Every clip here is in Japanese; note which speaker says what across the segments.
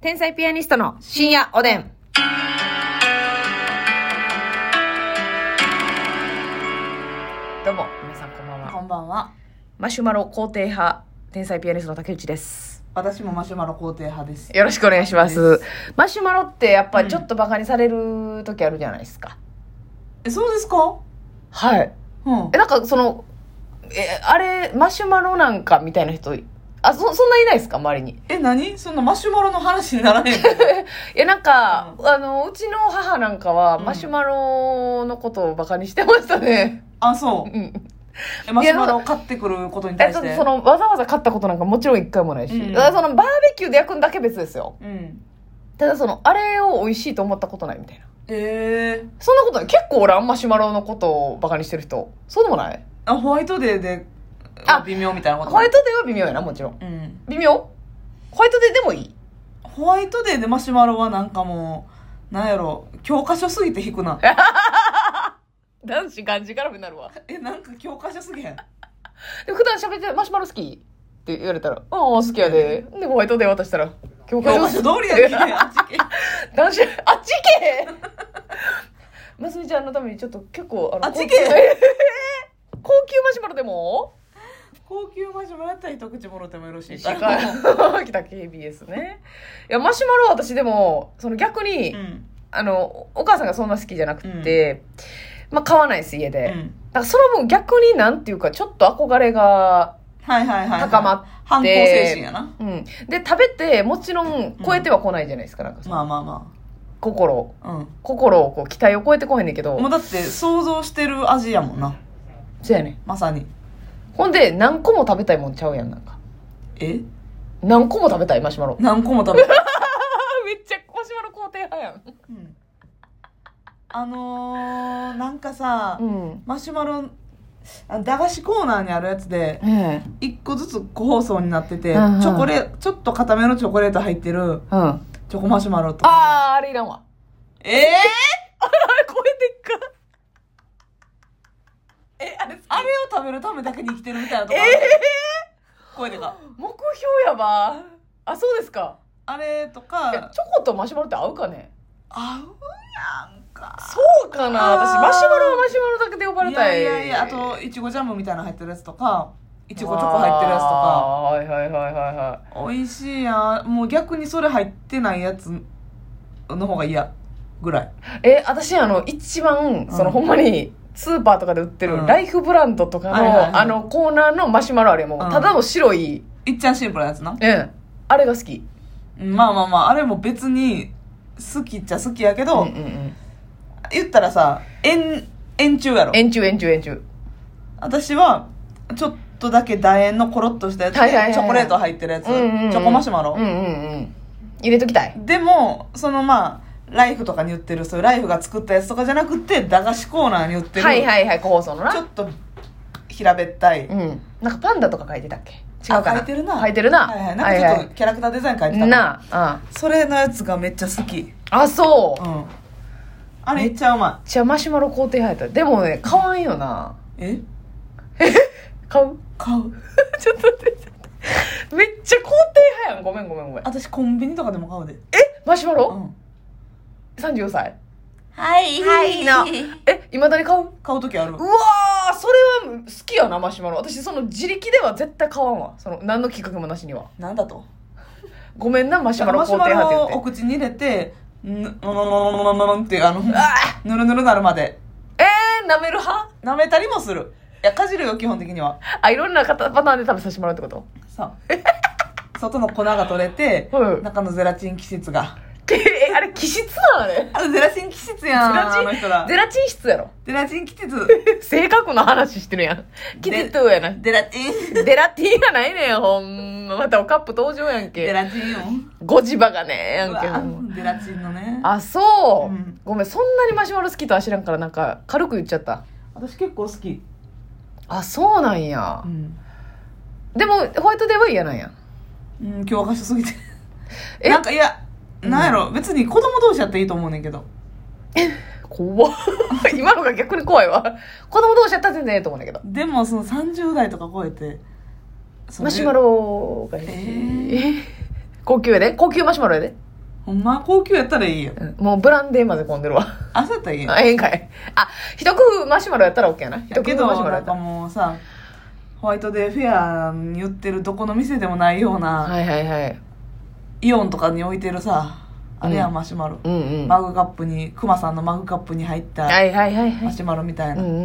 Speaker 1: 天才ピアニストの深夜おでん。どうも、皆さんこんばんは。
Speaker 2: こんばんは。
Speaker 1: マシュマロ肯定派、天才ピアニストの竹内です。
Speaker 2: 私もマシュマロ肯定派です。
Speaker 1: よろしくお願いします
Speaker 2: で。
Speaker 1: マシュマロってやっぱ
Speaker 2: うん
Speaker 1: ちょっとバカにされる時あるじゃないですか。
Speaker 2: え、そうですか
Speaker 1: はい。
Speaker 2: うん
Speaker 1: え、。なんかその、え、あれ、マシュマロなんかみたいな人、あ、そ、そんないないですか周りに。
Speaker 2: え、何そんなマシュマロの話にならへんの
Speaker 1: いやなんか、
Speaker 2: う
Speaker 1: あのうちの母なんかは
Speaker 2: うん
Speaker 1: マシュマロのことをバカにしてましたね、
Speaker 2: あ、そうう。
Speaker 1: ん、
Speaker 2: え、マシュマロを買ってくることに
Speaker 1: え
Speaker 2: 対
Speaker 1: そ
Speaker 2: して。
Speaker 1: そのわざわざ買ったことなんかもちろん一回もないし、
Speaker 2: うん
Speaker 1: だからそのバーベキューで焼くんだけ別ですよ
Speaker 2: うん。
Speaker 1: ただそのあれを美味しいと思ったことないみたいな
Speaker 2: えー。
Speaker 1: そんなことない結構俺あんマシュマロのことをバカにしてる人そうでもない
Speaker 2: あ、ホワイトデーで、
Speaker 1: あ
Speaker 2: あ、微妙みたいなこと。
Speaker 1: ホワイトデーは微妙やなもちろん
Speaker 2: うん。
Speaker 1: 微妙ホワイトデーでもいい
Speaker 2: ホワイトデーでマシュマロはなんかもう、なんやろ、教科書すぎて引くな。
Speaker 1: 男子がんじがらめになるわ
Speaker 2: え、なんか教科書すぎへん。
Speaker 1: で普段喋ってマシュマロ好きって言われたら「うん好きやで」でホワイトデー渡したら「教
Speaker 2: 教科書通りやけ
Speaker 1: 男
Speaker 2: あっち系
Speaker 1: 子あっち行けますみちゃんのためにちょっと結構あの
Speaker 2: あっち行
Speaker 1: 高
Speaker 2: け
Speaker 1: 級えー高級 マシュマロでも
Speaker 2: 高級マシュマロやったら一口もろてもよろしい
Speaker 1: し
Speaker 2: か。
Speaker 1: から 来た KBS ねいやマシュマロは私でもその逆に、
Speaker 2: うん。
Speaker 1: あのお母さんがそんな好きじゃなくて、まあ買わないです家で、
Speaker 2: う
Speaker 1: だ
Speaker 2: ん。
Speaker 1: からその分逆になんていうかちょっと憧れが
Speaker 2: はいはいはいはい。
Speaker 1: 高まって
Speaker 2: 反抗精神やな。
Speaker 1: うん、で食べてもちろん超えてはこないじゃないですか,、なんかその
Speaker 2: まあまあま
Speaker 1: 心
Speaker 2: あ。うん。
Speaker 1: 心をこう期待を超えてこへんねんけど、
Speaker 2: もうだって想像してる味やもんな
Speaker 1: そうやねん
Speaker 2: まさに
Speaker 1: ほんで何個も食べたいもんちゃうやんなんか
Speaker 2: え
Speaker 1: 何個も食べたいマシュマロ
Speaker 2: 何個も食べ た、
Speaker 1: めっちゃマシュマロ肯定派や
Speaker 2: うん、あのー、なんかさ、
Speaker 1: うん
Speaker 2: マシュマロあの駄菓子コーナーにあるやつで
Speaker 1: ええ
Speaker 2: 1個ずつ個包装になってて、
Speaker 1: うんうん
Speaker 2: チョコレちょっと固めのチョコレート入ってる
Speaker 1: うんあ
Speaker 2: チョコマシュマロとか
Speaker 1: あーあれいらんわ
Speaker 2: ええ
Speaker 1: あれ超えてっかえあれ好き
Speaker 2: あれを食べるためだけに生きてるみたいなと
Speaker 1: え
Speaker 2: こ、
Speaker 1: え
Speaker 2: 声でか
Speaker 1: 目標やばあそうですか
Speaker 2: あれと
Speaker 1: いや
Speaker 2: か
Speaker 1: チョコとマシュマロって合うかね
Speaker 2: 合うやんか
Speaker 1: そうかな私
Speaker 2: あー
Speaker 1: マシュマロはマシュマロだけで呼ばれ
Speaker 2: い
Speaker 1: た
Speaker 2: や
Speaker 1: い
Speaker 2: いやいやあといちごジャムみたいなの入ってるやつとかいちごチョコ入ってるやつとか
Speaker 1: わーはいはいはいはいは
Speaker 2: 美味しいやんもう逆にそれ入ってないやつの方が嫌ぐらい
Speaker 1: いえ私あの一番その、
Speaker 2: うん
Speaker 1: ほんまにスーパーとかで売ってる、
Speaker 2: うん
Speaker 1: ライフブランドとかの、
Speaker 2: はいはいはい
Speaker 1: あのコーナーのマシュマロあれも、
Speaker 2: うん
Speaker 1: ただの白い、
Speaker 2: いっちゃんシンプルなやつな
Speaker 1: うん、あれが好き
Speaker 2: うんまあまあまああれも別に好きっちゃ好きやけど、
Speaker 1: うんうんうん、
Speaker 2: 言ったらさ円円柱やろ
Speaker 1: 円柱円柱円柱
Speaker 2: 私はちょっとだけ楕円のコロッとしたやつで、
Speaker 1: はいはいはいはい
Speaker 2: チョコレート入ってるやつ、
Speaker 1: うんうんうん
Speaker 2: チョコマシュマロ
Speaker 1: うん、うんうん入れときたい
Speaker 2: でもそのまあライフとかに売ってるそういうライフが作ったやつとかじゃなくて駄菓子コーナーに売ってる、
Speaker 1: はいはいはい個包装のな
Speaker 2: ちょっと平べったい、
Speaker 1: うんなんかパンダとか書いてたっけ違うかな
Speaker 2: あ書いてるな
Speaker 1: 書いてるな
Speaker 2: はいはい、なんかちょっ
Speaker 1: は
Speaker 2: とキャラクターデザイン描い
Speaker 1: い
Speaker 2: て
Speaker 1: は
Speaker 2: た
Speaker 1: い
Speaker 2: もん
Speaker 1: なあ、
Speaker 2: それのやつがめっちゃ好きう
Speaker 1: う
Speaker 2: ん
Speaker 1: ん、あそう、
Speaker 2: あれめっちゃうま
Speaker 1: じゃあマシュマロ工程入ったでもね買わんよない
Speaker 2: え
Speaker 1: 買う
Speaker 2: 買
Speaker 1: ち
Speaker 2: う
Speaker 1: ょっと待ってちょっと待ってめっちゃ工程派やんごめんごめんごめん
Speaker 2: 私コンビニとかでも買うで
Speaker 1: マシュマ
Speaker 2: う
Speaker 1: ロ、
Speaker 2: ん
Speaker 1: 34歳
Speaker 2: はい
Speaker 1: えいまだに買う
Speaker 2: 買う時ある
Speaker 1: うわーそれは好きやなマシュマロ私その自力では絶対買わんわその何のきっかけもなしには
Speaker 2: なんだと
Speaker 1: ごめんなマシュマロ
Speaker 2: マシ
Speaker 1: 工
Speaker 2: ュ
Speaker 1: 程
Speaker 2: マ
Speaker 1: 派
Speaker 2: ロ
Speaker 1: って言
Speaker 2: をお
Speaker 1: って
Speaker 2: 口に入れてんののののののののってあの
Speaker 1: あ
Speaker 2: ぬるぬるなるまで
Speaker 1: えー、舐める派
Speaker 2: 舐めたりもするいやかじるよ基本的には
Speaker 1: あいろんな方パターンで食べさせてもらうってこと
Speaker 2: さ外の粉が取れて
Speaker 1: うん
Speaker 2: 中のゼラチン気質が
Speaker 1: えあれ気質なのあれゼ
Speaker 2: あゼラチン気質やん
Speaker 1: ラチ
Speaker 2: あの人
Speaker 1: ン
Speaker 2: ら
Speaker 1: ゼラチン質やろ
Speaker 2: ゼラチン気 質
Speaker 1: 性格の話してるやんキティトゥやな
Speaker 2: ゼラチン
Speaker 1: デラティーやないねんほんままたおカップ登場やん
Speaker 2: ゼ
Speaker 1: け
Speaker 2: ラチンよ。
Speaker 1: ゴジバがねや
Speaker 2: うん
Speaker 1: けほんま
Speaker 2: わゼラチンのね。
Speaker 1: あそう、
Speaker 2: うん
Speaker 1: ごめんそんなにマシュマロ好きとは知らんからなんか軽く言っちゃった
Speaker 2: 私結構好き。
Speaker 1: あそうなんや
Speaker 2: うん。
Speaker 1: でもホワイトデーは嫌なんや
Speaker 2: うん、教科書すぎて。
Speaker 1: え
Speaker 2: なんかいや、なんやろ、別に子供同士やっていいと思うねんけど。
Speaker 1: 怖っ 今のが逆に怖いわ子供同士やったら全然ええと思うんだけど
Speaker 2: でもその30代とか超えて、その
Speaker 1: マシュマロがいい、
Speaker 2: え
Speaker 1: 高級やで高級マシュマロやで
Speaker 2: ほんま高級やったらいいよ
Speaker 1: うんもうブランデーまで込んでるわ。
Speaker 2: 朝やったらいいよ
Speaker 1: あ、ええんかい。あ、一工夫マシュマロやったら OK やな。一
Speaker 2: だ
Speaker 1: 工
Speaker 2: け
Speaker 1: 夫
Speaker 2: ど
Speaker 1: マシュマロ
Speaker 2: な
Speaker 1: や
Speaker 2: ん
Speaker 1: った。
Speaker 2: からもうさホワイトデーフェアに売ってるどこの店でもないような、
Speaker 1: はいはいはい。
Speaker 2: イオンとかに置いてるさあれや
Speaker 1: うん
Speaker 2: んマシュマロ、
Speaker 1: うんうん。は
Speaker 2: マグカップにクマさんのマグカップに入った
Speaker 1: いはいはいは
Speaker 2: マ
Speaker 1: い。
Speaker 2: シュマロみたい
Speaker 1: うん
Speaker 2: な、
Speaker 1: うんうんう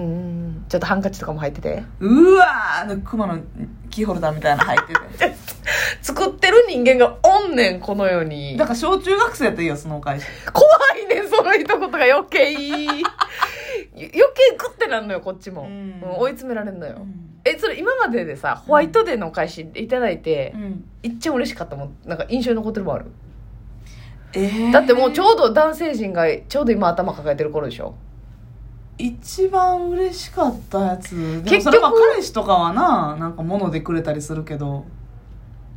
Speaker 1: ん。ちょっとハンカチとかも入ってて。
Speaker 2: うわーあのクマのキーホルダーみたいなの入ってて
Speaker 1: 作ってる人間がおんねん、この世に
Speaker 2: だ。から小中学生やったらいいよそのお返し
Speaker 1: 怖いねん、その一言が余計いい。余計グッてなんのよ、こっちも。
Speaker 2: うん
Speaker 1: うん追い詰められんのよ。
Speaker 2: うん
Speaker 1: え、それ今まででさ、ホワイトデーのお返しいただいて
Speaker 2: う、ん
Speaker 1: いっちゃ嬉しかったもん。なんか印象に残ってるもんある。
Speaker 2: えー
Speaker 1: だってもうちょうど男性陣が、ちょうど今頭抱えてる頃でしょ。
Speaker 2: 一番嬉しかったやつでも
Speaker 1: 結局
Speaker 2: それは彼氏とかはななんか物でくれたりするけど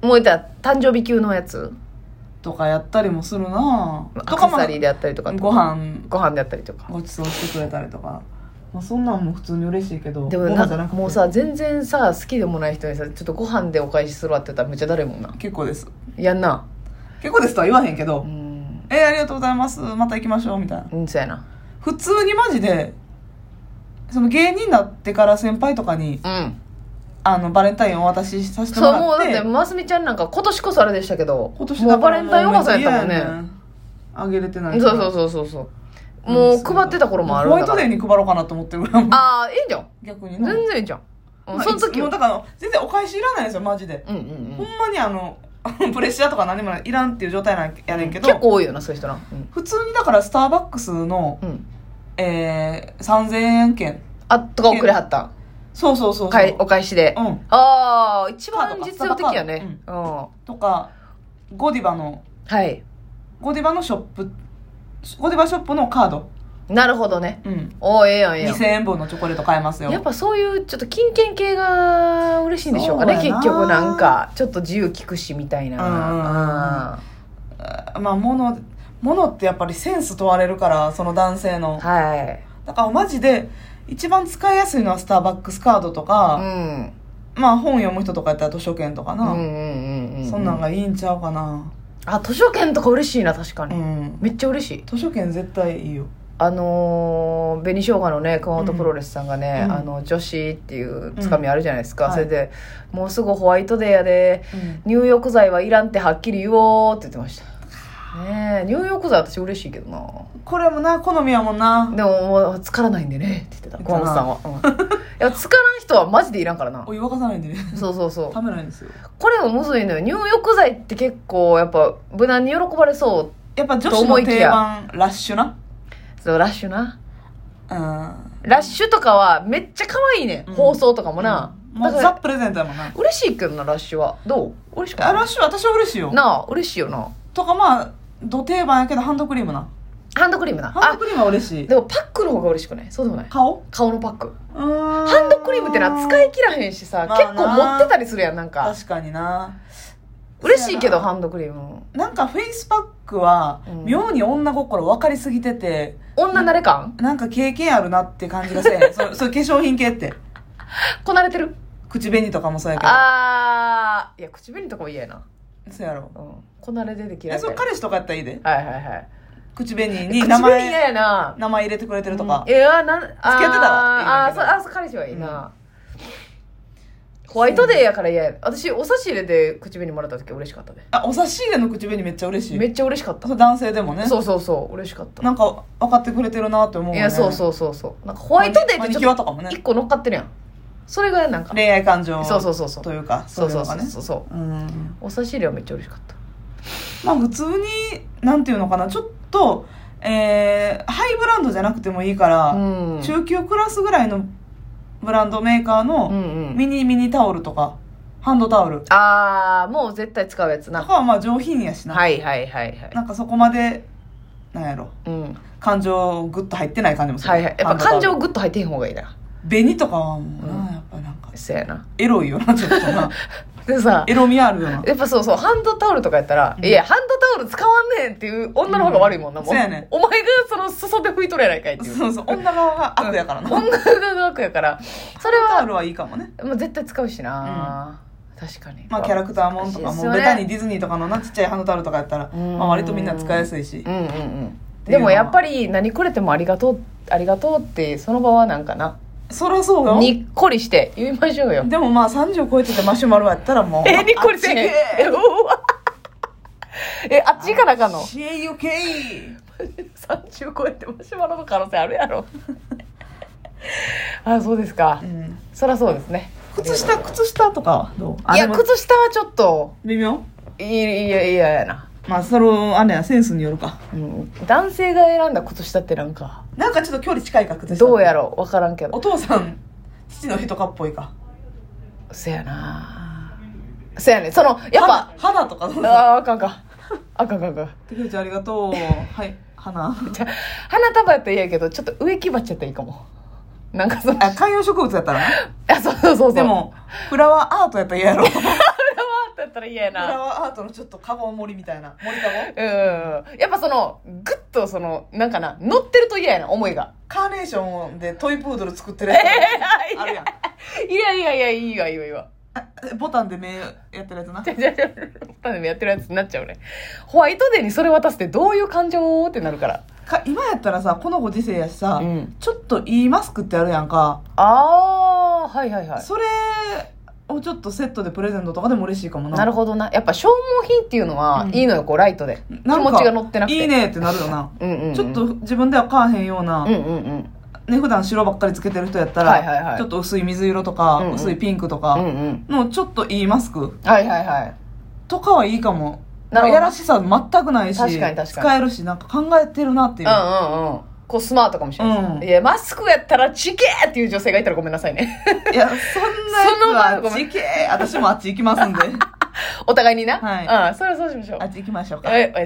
Speaker 1: もういたら誕生日級のやつ
Speaker 2: とかやったりもするな
Speaker 1: ア
Speaker 2: と
Speaker 1: ク
Speaker 2: か
Speaker 1: セ
Speaker 2: も
Speaker 1: サリーであったりとか
Speaker 2: ご飯
Speaker 1: ご飯であったりとか
Speaker 2: ごちそうしてくれたりとか、まあ、そんなんも普通に嬉しいけど
Speaker 1: でも
Speaker 2: ご
Speaker 1: な
Speaker 2: 飯じゃなくて
Speaker 1: もうさ全然さ好きでもない人にさちょっとご飯でお返しするわって言ったらめっちゃだるいもんな
Speaker 2: 結構です
Speaker 1: やんな
Speaker 2: 結構ですとは言わへんけど、
Speaker 1: うん
Speaker 2: えーありがとうございますまた行きましょうみたいな
Speaker 1: うんそうやな
Speaker 2: 普通にマジでその芸人になってから先輩とかに
Speaker 1: うん
Speaker 2: あのバレンタインお渡しさせても
Speaker 1: そうも
Speaker 2: ら
Speaker 1: う
Speaker 2: っ
Speaker 1: だっててますみちゃんなんか今年こそあれでしたけど
Speaker 2: 今年
Speaker 1: も
Speaker 2: だ
Speaker 1: う
Speaker 2: か
Speaker 1: バ
Speaker 2: ら
Speaker 1: レンタインおばさんやったもん
Speaker 2: 嫌
Speaker 1: ね
Speaker 2: ねあげれてない
Speaker 1: そうそうそうそうそうもう配ってた頃もある
Speaker 2: ホワイトデー
Speaker 1: だから
Speaker 2: に配ろうかなと思ってるぐらい
Speaker 1: ああいいんじゃん
Speaker 2: 逆にな
Speaker 1: 全然いいじゃん、うん
Speaker 2: まあ
Speaker 1: その時
Speaker 2: いつもう
Speaker 1: は
Speaker 2: だから全然お返しいらないですよマジで、
Speaker 1: うんうんうん
Speaker 2: ほんまにあの プレッシャーとか何もいらんっていう状態なんやねんけど
Speaker 1: 結構多いよなそういう人なうん、
Speaker 2: 普通にだからスターバックスの、
Speaker 1: うん、
Speaker 2: えー、3000円券
Speaker 1: あとか送れはった
Speaker 2: そうそうそう
Speaker 1: か
Speaker 2: そ
Speaker 1: いうお返しで
Speaker 2: うん
Speaker 1: ああ、一番実用的やね。うん。
Speaker 2: とかゴディバの
Speaker 1: はい。
Speaker 2: ゴディバのショップゴディバショップのカード、
Speaker 1: なるほどね。
Speaker 2: うん、
Speaker 1: おーええやん、ええや
Speaker 2: 2000円分のチョコレート買えます
Speaker 1: ん。やっ
Speaker 2: よ
Speaker 1: ぱそういうちょっと金券系が嬉しいんでしょうかね、
Speaker 2: そうや
Speaker 1: 結
Speaker 2: な
Speaker 1: 局なんか。ちょっと自由聞くしみたいな。
Speaker 2: あーまあ物物ってやっぱりセンス問われるからその男性
Speaker 1: うん
Speaker 2: の
Speaker 1: はい。
Speaker 2: だからマジで一番使いやすいのはスターバックスカードとか、
Speaker 1: うん。
Speaker 2: まあ本読む人とかやったら図書券とか
Speaker 1: うん
Speaker 2: な、
Speaker 1: うんうんうん。
Speaker 2: そんなんがいいんちゃうかな
Speaker 1: あ、図書券とか嬉しいな、確か
Speaker 2: う
Speaker 1: に。
Speaker 2: ん
Speaker 1: めっちゃ嬉しい。
Speaker 2: 図書券絶対いいよ
Speaker 1: あのー、紅生姜のね熊本プロレスさんがね、
Speaker 2: うん
Speaker 1: あの女子っていうつかみあるじゃないですか、
Speaker 2: うん
Speaker 1: それで、もうすぐホワイトデーやで入浴剤はいらんってはっきり言おうって言ってましたねえ入浴剤私嬉しいけどな
Speaker 2: これもな好みやもんな
Speaker 1: でももう疲らないんでねって言ってた
Speaker 2: 言って
Speaker 1: 熊
Speaker 2: た
Speaker 1: 本
Speaker 2: な
Speaker 1: さんは、うんいや疲らん人はマジでいらんからな
Speaker 2: お湯沸かさないんでね
Speaker 1: そうそうそう
Speaker 2: 食べないんですよ
Speaker 1: これもむずいのよ入浴剤って結構やっぱ無難に喜ばれそ
Speaker 2: やっぱ女子の定番ラッシュな
Speaker 1: うそうラッシュな
Speaker 2: うん
Speaker 1: ラッシュとかはめっちゃ可愛いね、
Speaker 2: うん
Speaker 1: 放送とかもな、
Speaker 2: うんもう
Speaker 1: だから
Speaker 2: ザ・プレゼントやもんな
Speaker 1: 嬉しいけどなラッシュはどう嬉しくな
Speaker 2: あ
Speaker 1: い
Speaker 2: ラッシュ私は嬉しいよ
Speaker 1: なあ嬉しいよな
Speaker 2: とかまあど定番やけどハンドクリームな
Speaker 1: ハンドクリームな
Speaker 2: ハン
Speaker 1: あ
Speaker 2: ドクリームは嬉しい
Speaker 1: でもパックの方が嬉しくないそうでもない
Speaker 2: 顔
Speaker 1: 顔のパックハ
Speaker 2: ハ
Speaker 1: ンドクリームってのは使い切らへんしさ、
Speaker 2: まあな
Speaker 1: 結構持ってたりするやんなんか
Speaker 2: 確かにな
Speaker 1: 嬉しいけ
Speaker 2: そう
Speaker 1: ど
Speaker 2: やな
Speaker 1: ハンドクリーム
Speaker 2: なんかフェイスパックは、
Speaker 1: うん
Speaker 2: 妙に女心分かりすぎてて
Speaker 1: 女慣れ感
Speaker 2: なんか経験あるなって感じがせ えへんそうそう化粧品系って
Speaker 1: こなれてる
Speaker 2: 口紅とかもそうやけ
Speaker 1: あーいや口紅とかも嫌やな、
Speaker 2: どそうやろ
Speaker 1: うん、こなれ出て嫌
Speaker 2: え
Speaker 1: いだ
Speaker 2: そう
Speaker 1: よ
Speaker 2: 彼氏とかやったらいいで
Speaker 1: はいはいはい
Speaker 2: 口紅に
Speaker 1: 口
Speaker 2: 名
Speaker 1: 紅
Speaker 2: 前
Speaker 1: 嫌やな
Speaker 2: 名前入れてくれてるとか
Speaker 1: うん、いやなん付き
Speaker 2: 合ってたら
Speaker 1: あ
Speaker 2: い
Speaker 1: ー
Speaker 2: いねんけど
Speaker 1: そうあそう彼氏はいいな、ホワイトデーやから嫌や私お差し入れで口紅もらった時嬉しかったで
Speaker 2: あお差し入れの口紅めっちゃ嬉しい
Speaker 1: めっちゃ嬉しかった、
Speaker 2: そう男性でもね
Speaker 1: そうそうそう嬉しかった
Speaker 2: なんか分かってくれてるなって思うもん
Speaker 1: い
Speaker 2: ね
Speaker 1: やそうそうそうそうなんかホワイトデー
Speaker 2: マ
Speaker 1: って
Speaker 2: ニ
Speaker 1: ち
Speaker 2: キ
Speaker 1: ょ
Speaker 2: ュア
Speaker 1: っ
Speaker 2: とかも
Speaker 1: と
Speaker 2: ね
Speaker 1: 一個乗っかってるやんそれがなんか
Speaker 2: 恋愛感情
Speaker 1: そうそうそうそう
Speaker 2: というか
Speaker 1: そうそう
Speaker 2: いの
Speaker 1: そう
Speaker 2: がね
Speaker 1: そうそう
Speaker 2: うん
Speaker 1: お差し入れはめっちゃ嬉しかった
Speaker 2: まあ普通に、なんていうのかな、ちょっと、えー、ハイブランドじゃなくてもいいから、
Speaker 1: うん
Speaker 2: 中級クラスぐらいのブランドメーカー
Speaker 1: う
Speaker 2: の
Speaker 1: んうん
Speaker 2: ミニミニタオルとか、ハンドタオル
Speaker 1: ああもう絶対使うやつ
Speaker 2: と
Speaker 1: な
Speaker 2: かはまあ上品やしな。
Speaker 1: はいはいはいはい
Speaker 2: なんかそこまで、なんやろ、
Speaker 1: うんはい
Speaker 2: 感情グッと入ってない感じもする。
Speaker 1: はいやっ
Speaker 2: ハ
Speaker 1: ぱ
Speaker 2: ンドタ
Speaker 1: 感
Speaker 2: オル
Speaker 1: 情グッと入ってへん方がいいな
Speaker 2: 紅とかはもうな、
Speaker 1: うん
Speaker 2: やっぱなんか、
Speaker 1: そうやな
Speaker 2: エロいよな、ちょっとな。
Speaker 1: でさ
Speaker 2: エロみあるよな。
Speaker 1: やっぱそうそうハンドタオルとかやったら「
Speaker 2: うん
Speaker 1: いやハンドタオル使わんねん」っていう女の方が悪いもんな、
Speaker 2: うん
Speaker 1: もう
Speaker 2: そうやねん
Speaker 1: お前がその裾で拭いとるやないかいっていう
Speaker 2: そうそう、女側が悪やからな。
Speaker 1: 女が悪やからそれは
Speaker 2: タオルはいいかもね。
Speaker 1: もう絶対使うしな、確かに
Speaker 2: まあキャラクターもんとか
Speaker 1: 難しいっ
Speaker 2: も
Speaker 1: すよ
Speaker 2: う
Speaker 1: ね
Speaker 2: ベタにディズニーとかのなちっちゃいハンドタオルとかやったら、
Speaker 1: うん
Speaker 2: まあ、割とみんな使いやすいし
Speaker 1: うんうんうん
Speaker 2: ていう
Speaker 1: で
Speaker 2: のは
Speaker 1: もやっぱり何くれてもありがとうありがとうってその場はなんかな
Speaker 2: そらそうよ
Speaker 1: にっこりして言いましょうよ
Speaker 2: でもまあ30超えててマシュマロやったらもう
Speaker 1: えにっこりしてへんえうわえあっち行かなあかんの
Speaker 2: シェイオケイ
Speaker 1: 30超えてマシュマロの可能性あるやろ あそうですか、
Speaker 2: うん
Speaker 1: そりゃそうですね
Speaker 2: 靴下靴下とかはどう
Speaker 1: い
Speaker 2: あ
Speaker 1: や
Speaker 2: でも
Speaker 1: 靴下はちょっと
Speaker 2: 微妙
Speaker 1: いいいやいややな、
Speaker 2: まあそれをあれやセンスによるか
Speaker 1: うん、男性が選んだ靴下ってなんか
Speaker 2: なんかちょっと距離近いか靴下
Speaker 1: どうやろう分からんけど
Speaker 2: お父さん父の日とかっぽいか
Speaker 1: せやなせやねそのやっぱ
Speaker 2: 花花とかどうぞ
Speaker 1: あーあかんかあかんかあかん
Speaker 2: てくるちゃんありがとうはい花
Speaker 1: じゃあ花束やったらいいやけどちょっと植木鉢やったらいいかもなんかその
Speaker 2: あ観葉植物やったらな
Speaker 1: あそうそうそうそう
Speaker 2: でもフラワーアートやったら嫌やろフ
Speaker 1: フラワーってやったら嫌や
Speaker 2: ラ
Speaker 1: な
Speaker 2: ワーアートのちょっとカゴ盛りみたいな森カゴ
Speaker 1: うんやっぱそのグッとそのなんかな乗ってると嫌やな思いが
Speaker 2: カーネーションでトイプードル作ってる
Speaker 1: え
Speaker 2: やつあるやん
Speaker 1: ーいやいやいやいいわいいわいいわ
Speaker 2: あボタンで目やってるやつな
Speaker 1: じゃじゃじゃタネムやってるやつになっちゃうねホワイトデーにそれ渡すってどういう感情ってなるから
Speaker 2: か今やったらさこのご時世やしさ、
Speaker 1: うん
Speaker 2: ちょっといいマスクってあるやんか、
Speaker 1: ああはいはいは
Speaker 2: それをちょっとセットでプレゼントとかでも嬉しいかも
Speaker 1: い
Speaker 2: な
Speaker 1: なるほどなやっぱ消耗品っていうのは
Speaker 2: うん
Speaker 1: いいのよこうライトで気
Speaker 2: なんか
Speaker 1: 持ちが乗ってなくて
Speaker 2: いいねってなるよな、
Speaker 1: うんうんうん
Speaker 2: ちょっと自分では買わへんような、
Speaker 1: うんうんうん
Speaker 2: ね普段白ばっかりつけてる人やったら、
Speaker 1: はいはいはい
Speaker 2: ちょっと薄い水色とか、
Speaker 1: うんうん
Speaker 2: 薄いピンクと
Speaker 1: う
Speaker 2: か
Speaker 1: んうん
Speaker 2: のちょっといいマスク
Speaker 1: はいはいはい
Speaker 2: とかはいいかも
Speaker 1: なるほど
Speaker 2: やらしさ全くないし
Speaker 1: 確かに確かに
Speaker 2: 使えるしなんか考えてるなっていう、
Speaker 1: うんうんうんこうスマートかもしれない、
Speaker 2: うん
Speaker 1: いやマスクやったらちけーっていう女性がいたらごめんなさいね
Speaker 2: いやそん
Speaker 1: その
Speaker 2: な
Speaker 1: 前
Speaker 2: やつ
Speaker 1: ご
Speaker 2: は
Speaker 1: めん
Speaker 2: ちけー私もあっち行きますんで
Speaker 1: お互いにな
Speaker 2: はい
Speaker 1: うんそれはそうしましょう
Speaker 2: あっち行きましょうか
Speaker 1: はいおやすみ